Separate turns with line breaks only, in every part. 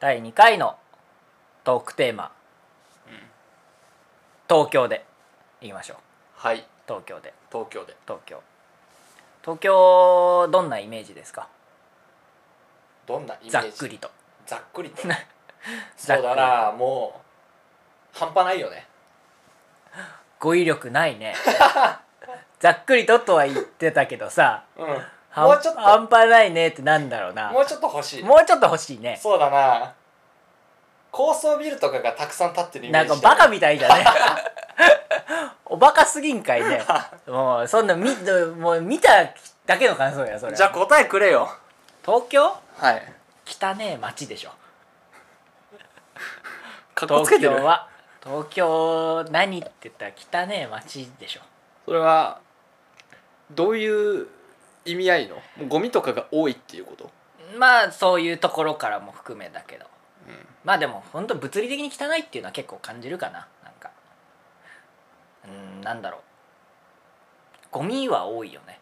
第2回のトークテーマ、東京でいきましょう
はい
東京で
東京で
東京東京どんなイメージですか
どんなイメージ
ざっくりと
ざっくりと
ざっく
そ
り
うだなもう半端ないよね
語彙力ないね ざっくりととは言ってたけどさ
うん
半
もうちょっと
半端ないねってなんだろうな
もうちょっと欲しい
もうちょっと欲しいね
そうだな高層ビルとかがたくさん建ってるイメ
な
ージ
んかバカ
み
みたいだね おバカすぎんかいねもうそんな見もう見ただけの感想やそれ
じゃあ答えくれよ
東京
はい
汚ねえ街でしょ
かっこつけ
東
て
京
る
は東京何って言ったら汚ねえ街でしょ
それはどういう意味合いのゴミとかが多いっていうこと
まあそういうところからも含めだけど
うん
まあでも本当物理的に汚いっていうのは結構感じるかななんかうんなんだろうゴミは多いよね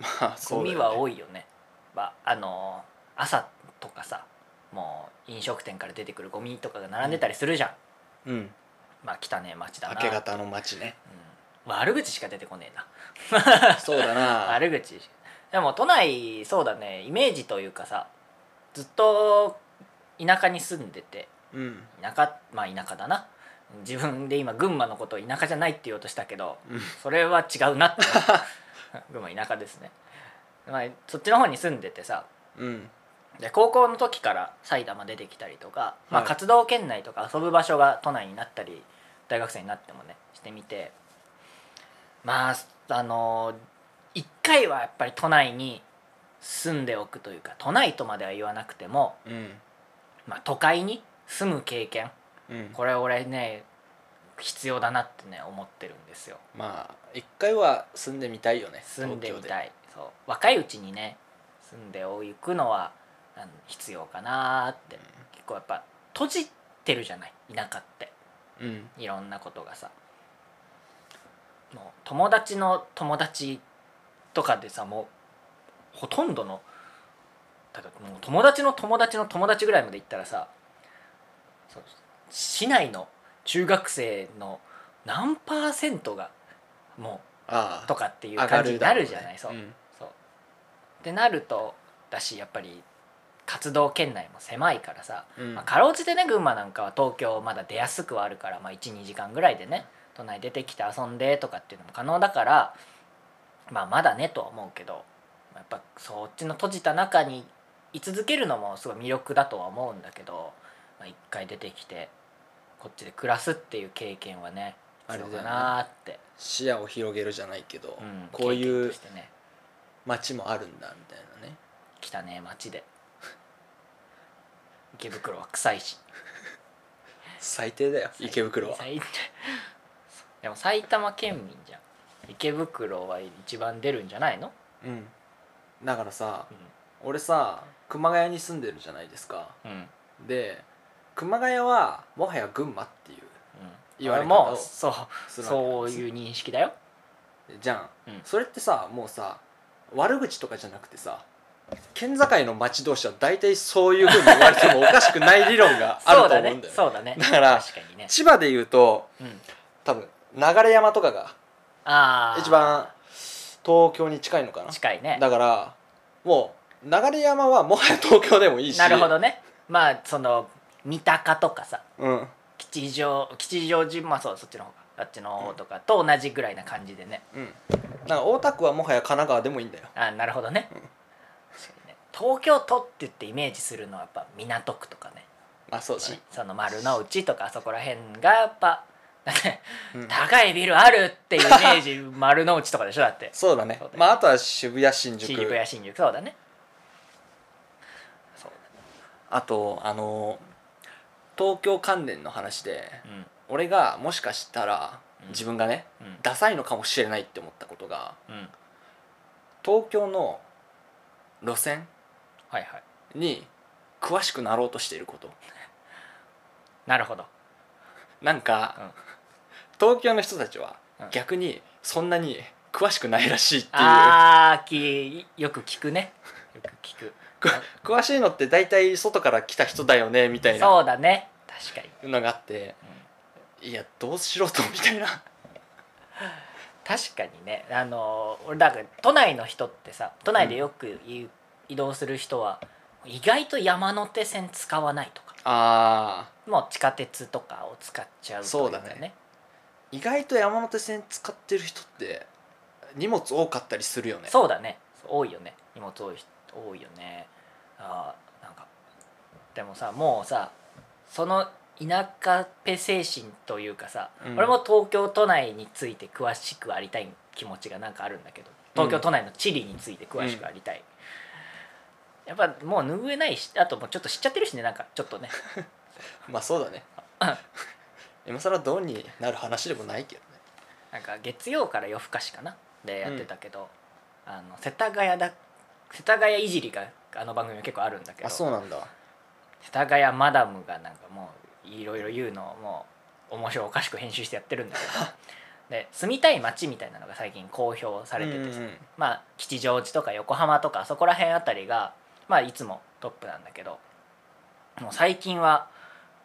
まあ
ゴ
そうだ
ミ
よね
は多いよねまああのー朝とかさもう飲食店から出てくるゴミとかが並んでたりするじゃん、
うん
まあ汚ねえ街だ
明
な
け方の街 ね
うん、悪口しか出てこねえな
そうだな
悪口でも都内そうだねイメージというかさずっと田舎に住んでて
うん
田舎まあ田舎だな自分で今群馬のことを田舎じゃないって言おうとしたけど
うん
それは違うなって思う 群馬田舎ですね、まあ、そっちの方に住んでてさ
うん
で高校の時から埼玉出てきたりとか、まあ、
はい
活動圏内とか遊ぶ場所が都内になったり大学生になってもねしてみてまああの一回はやっぱり都内に住んでおくというか都内とまでは言わなくても、
うん
まあ、都会に住む経験
うん
これ俺ね必要だなってね思ってるんですよ
まあ一回は住んでみたいよね
住んでみ
い
たいそう若いうちにね住んでおいくのはあの必要かなーって、結構やっぱ閉じてるじゃない田舎って
うん
いろんなことがさもう友達の友達とかでさもうほとんどのだからもう友達の友達の友達ぐらいまで行ったらさそう市内の中学生の何パーセントがも
あ
う
あ
とかっていう感じになるじゃない、
上
そう
がだろうね
そうってなるとだしやっぱり活動圏内も狭いからさ、
うんうん
まあ、かろうじてね群馬なんかは東京まだ出やすくはあるから、まあ、12時間ぐらいでね都内出てきて遊んでとかっていうのも可能だから、まあ、まだねとは思うけどやっぱそっちの閉じた中に居続けるのもすごい魅力だとは思うんだけど、まあ、一回出てきてこっちで暮らすっていう経験はね
あ
必
れだ
要
よね
だなーって、
視野を広げるじゃないけど、
うん
こう
経
い
験
う
としてね
街もあるんだみたいなね
汚ねえ街で池袋は臭いし
最低だよ池袋は
最でも埼玉県民じゃん池袋は一番出るんじゃないの、
うんだからさ
う
俺さ熊谷に住んでるじゃないですか
んうんうん、
で熊谷はもはや群馬っていう言われ
俺
方を
もそう
する
そう
わけなんで
いう認識だよ、
すじゃん、
うん
それってさもうさ悪口とかじゃなくてさ県境の町同士は大体そういうふうに言われてもおかしくない理論があ
そう
ると
だ
思
ね
うんだよね
そうだね
だから
確かにね、
千葉で言うと
うん、
多分流山とかが
ああ
一番東京に近いのかな
近いね
だからもう流山はもはや東京でもいいし
なるほどねまあその三鷹とかさ
うん
吉祥吉祥寺まあそうそっちの方かあっちの方とかと同じぐらいな感じでね
うんなんか大田区はもはや神奈川でもいいんだよ
あなるほどね,、確かにね東京都って言ってイメージするのはやっぱ港区とかね
まあそうだ
ち
ね、
その丸の内とかあそこら辺がやっぱなんか
うん
高いビルあるっていうイメージ 丸の内とかでしょだって
そうだね
そうだね
まああとは渋谷新宿
新宿や新宿そうだねそう
あとあの東京関連の話で
だね
俺がもしかしたら
うん
自分がね、
うん
ダサいのかもしれないって思ったことが
うんうん
東京の路線
はいはい
に詳しくなろうとしていること
なるほど
なん
うん
か、東京の人たちは
うん
逆にそんなに詳しくないらしいっていう
あーきよく聞くねよく聞く
詳しいのって大体外から来た人だよねみたいな
そうだね確かに
のがあっていやどうしろとみたいな
確かにねあの俺だから都内の人ってさ都内でよくい移動する人は意外と山手線使わないとか
あ
もう地下鉄とかを使っちゃうとい
そうだねー意外と山手線使ってる人って荷物多かったりするよね
そうだね多いよね荷物多い人多いよねあーなんかでもさもうさその田舎ペ精神というかさ、
うん
俺も東京都内について詳しくありたい気持ちがなんかあるんだけど東京都内の地理について詳しくありたい、やっぱもう拭えないしあともうちょっと知っちゃってるしねなんかちょっとね
まあそうだね今更どうになる話でもないけどね
なんか月曜から夜更かしかなでやってたけど、あの世田谷だ世田谷いじりがあの番組は結構あるんだけど
あそうなんだ
世田谷マダムがなんかもういろいろ言うのをもう面白おかしく編集してやってるんだけどで住みたい街みたいなのが最近公表されてて、
うんうんうん
まあ吉祥寺とか横浜とかそこら辺あたりがまあいつもトップなんだけどもう最近は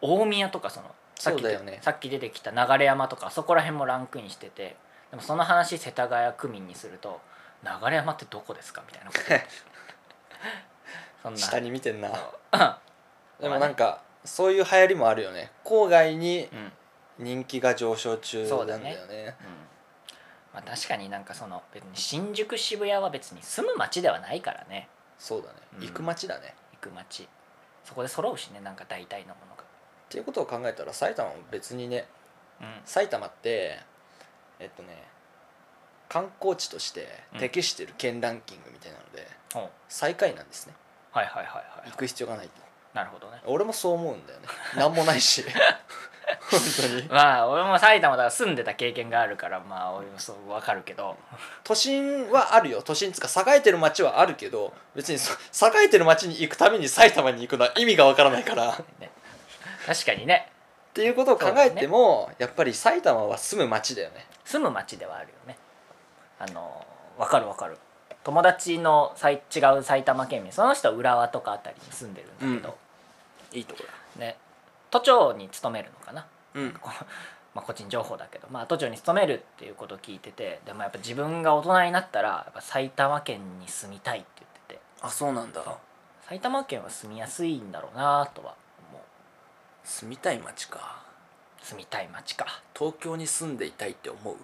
大宮とかそのさっき
そうだよね
さっき出てきた流山とかそこら辺もランクインしててでもその話世田谷区民にすると「流山ってどこですか?」みたいなこと言って そんな
下に見てんな
うん
でもなんかそういう流行りもあるよね郊外に
うん
人気が上昇中なんだよね
そううんまあ、確かになんかその別に新宿渋谷は別に住む街ではないからね
そうだね
うん
行く街だね、
行く街そこで揃うしねなんか大体のものが
っていうことを考えたら埼玉も別にね埼玉ってえっとね観光地として
うん
適してる県ランキングみたいなので、
うんお
最下位なんですね
はいはいはいはい、
行く必要がないと
なるほどね
俺もそう思うん だよねなんもないし本当に
まあ俺も埼玉だから住んでた経験があるからまあ俺もそうわかるけ ど
都心はあるよ都心つか栄えてる街はあるけど別にそ栄えてる街に行くために埼玉に行くのは意味がわからないからっ
確かにね
ていうことを考えても、やっぱり埼玉は住む街だよね
住む街ではあるよねあのわかるわかる友達のさい違う埼玉県民その人は浦和とかあたりに住んでるんだけど、
いいとこだ
ね都庁に勤めるのかな
うん
こ まあ、個人情報だけど、まあ、都庁に勤めるっていうことを聞いててでもやっぱ自分が大人になったらやっぱ埼玉県に住みたいって言ってて
あそうなんだ
埼玉県は住みやすいんだろうなとは思う
住みたい街か
住みたい街か
東京に住んでいたいって思う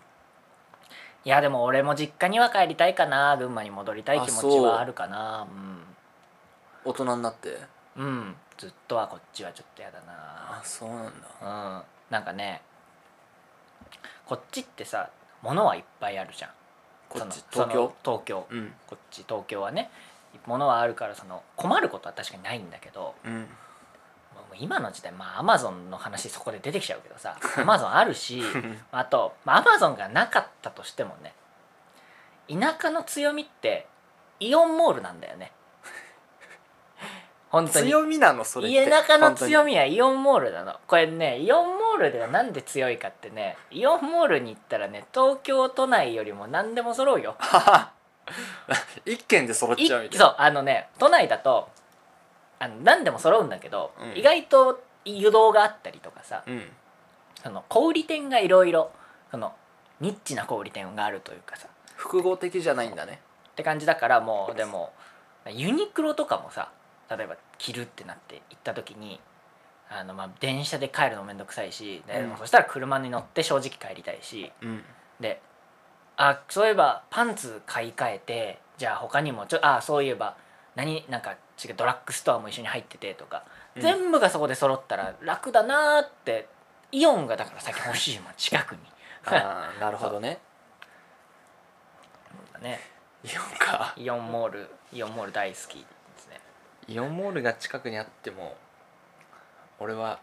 いやでも俺も実家には帰りたいかな群馬に戻りたい気持ち
あそう
はあるかな
大人になって
うん、うん、ずっとはこっちはちょっとやだな
そうなん
う
だ
んなんかねこっちってさ物はいっぱいあるじゃんそのその東京
うん
こっち東京はね物はあるからその困ることは確かにないんだけど
うん
まあもう今の時代まあアマゾンの話そこで出てきちゃうけど さアマゾンあるしあとアマゾンがなかったとしてもね田舎の強みってイオンモールなんだよ ね本当に
強みなのそれって
家中の強
み
みはイオンモールなのこれねイオンモールではなんで強いかってねイオンモールに行ったらね東京都内よりも何でも揃うよ
一軒で揃っ
い
ちゃうみたい
そ
な
うあのね都内だとあの何でも揃うんだけど、
うん
意外と誘導があったりとかさ、
うん
その小売店がいろいろそのニッチな小売店があるというかさっ
複合的じゃないんだね
て感じだからもうでもユニクロとかもさ例えば着るってなって行った時にあのまあ電車で帰るのめんどくさいしで
うん
そしたら車に乗って正直帰りたいし
うん
であそういえばパンツ買い替えてじゃあ他にもちょあそういえば何なんか違うドラッグストアも一緒に入っててとか、
うん
全部がそこで揃ったら楽だなーってイオンがだから先欲しいもん近くに
ああなるほどね
ね
イオンか
イオンモールイオンモール大好きですね
イオンモールが近くにあっても俺は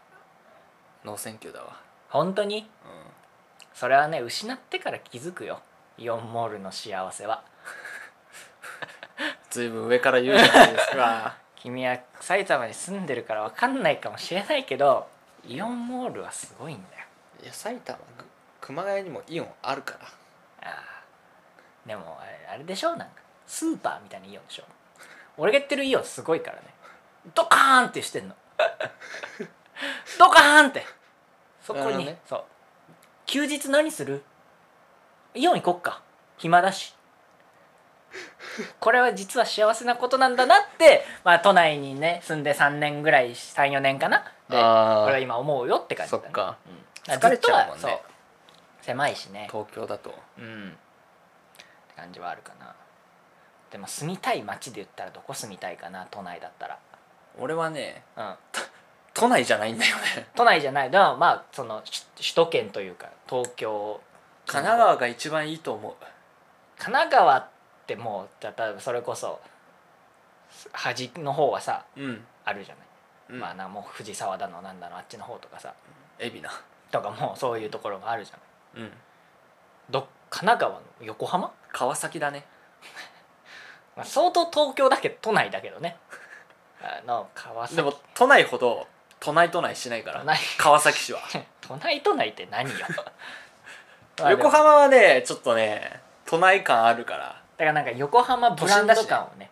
ノーセンキューだわ
本当に
うん
それはね失ってから気づくよイオンモールの幸せは
ずいぶん上から言うじゃないですか
君は埼玉に住んでるから分かんないかもしれないけどイオンモールはすごいんだよ
いや埼玉く熊谷にもイオンあるから
ああでもあれあれでしょなんかスーパーみたいなイオンでしょ俺が言ってるイオンすごいからねドカーンってしてんの ドカーンってそこ
なるほ
に、
どね
そう休日何するイオン行こっか暇だしこれは実は幸せなことなんだなって、まあ、都内にね住んで3年ぐらい34年かなで
あー
俺は今思うよって感じだ、ね、
そっか、
うん、
疲れちゃうもんね
ずっとはそう狭いしね
東京だと
うんって感じはあるかなでも住みたい街で言ったらどこ住みたいかな都内だった
俺はね
らうん
都内じゃないんだ よね
都内じゃないでもまあそのし首都圏というか東京
神奈川が一番いいと思う
神奈川ってもう例えばそれこそ端の方はさ
うん、
あるじゃない、
うん、
まあなもう藤沢だのなんだのあっちの方とかさ
海老名
とかもうそういうところがあるじゃない
うん
ど神奈川の横浜、
川崎だね
まあ、相当東京だけど都内だけどねあの川崎
でも都内ほど都内都内しないか
都
ら
内
川崎市は
都内都内って何よまあでも
横浜はねちょっとね都内感あるから
だからなんか横浜ブランド感をね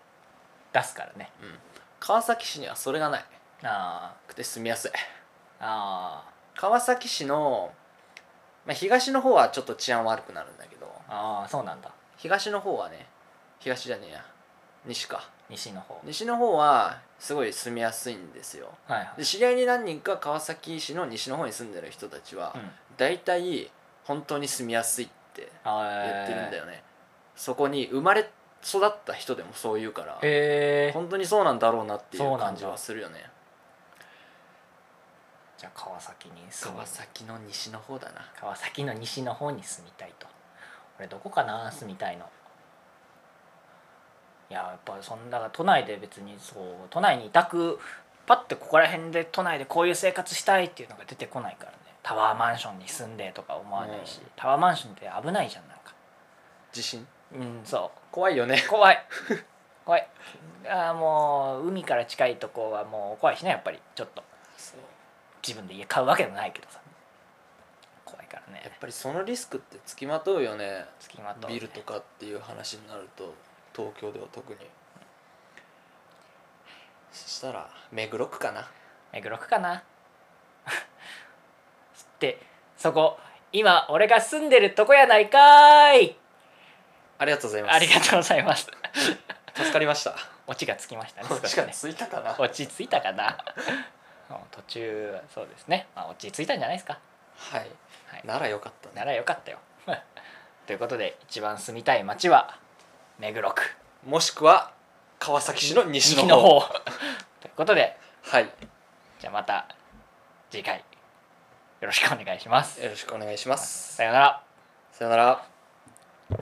出すからね
川崎市にはそれがない
あ
くて住みやすい
ーあ
川崎市の、まあ、東の方はちょっと治安悪くなるんだけど
ーあーそうなんだ
東の方はね東じゃねえや西か
西の方はい
西の方はすごい住みやすいんですよ
はい
で知り合いに何人か川崎市の西の方に住んでる人たちは、
うん
大体本当に住みやすいって言
あ
ってるんだ
よ
よね、そこに生まれ育った人でもそう言うから
へえ
本当にそうなんだろうなってい
そうな
うん
だ
感じはするよね
じゃあ川崎に住む
川崎の西の方だな
川崎の西の方に住みたいと俺どこかな住みたいのいややっぱそんだから都内で別にそう都内にいたくパッてここら辺で都内でこういう生活したいっていうのが出てこないからねタワーマンションに住んでとか思わないし、
うん
タワーマンションって危ないじゃんなんか
地震
うんそ
怖いよね
う怖い怖いあーもう海から近いとこはもう怖いしねやっぱりちょっと自分で家買うわけでもないけどさ怖いから
やっ
ね
ぱりそのリスクってつきまとうよね
付きまとうね
ビルとかっていう話になると東京では特にそしたら目黒区かな
目黒区かな ってそこ今俺が住んでるとこやないかーい
ありがとうございます
ありがとうございます
助かりました
オチがつきましたね
し
少
か
し
も
ね
ついたかな
オチついたかな もう途中そうですね、まあ、オチついたんじゃないですか、
はい
はい、
ならよかった
な
ね
らよかったよ ということで一番住みたい街は目黒区
もしくは川崎市の西の方
西の方 ということで
はい
じゃあまた次回よろしくお願いします
よろしくお願いします
さよなら
さよなら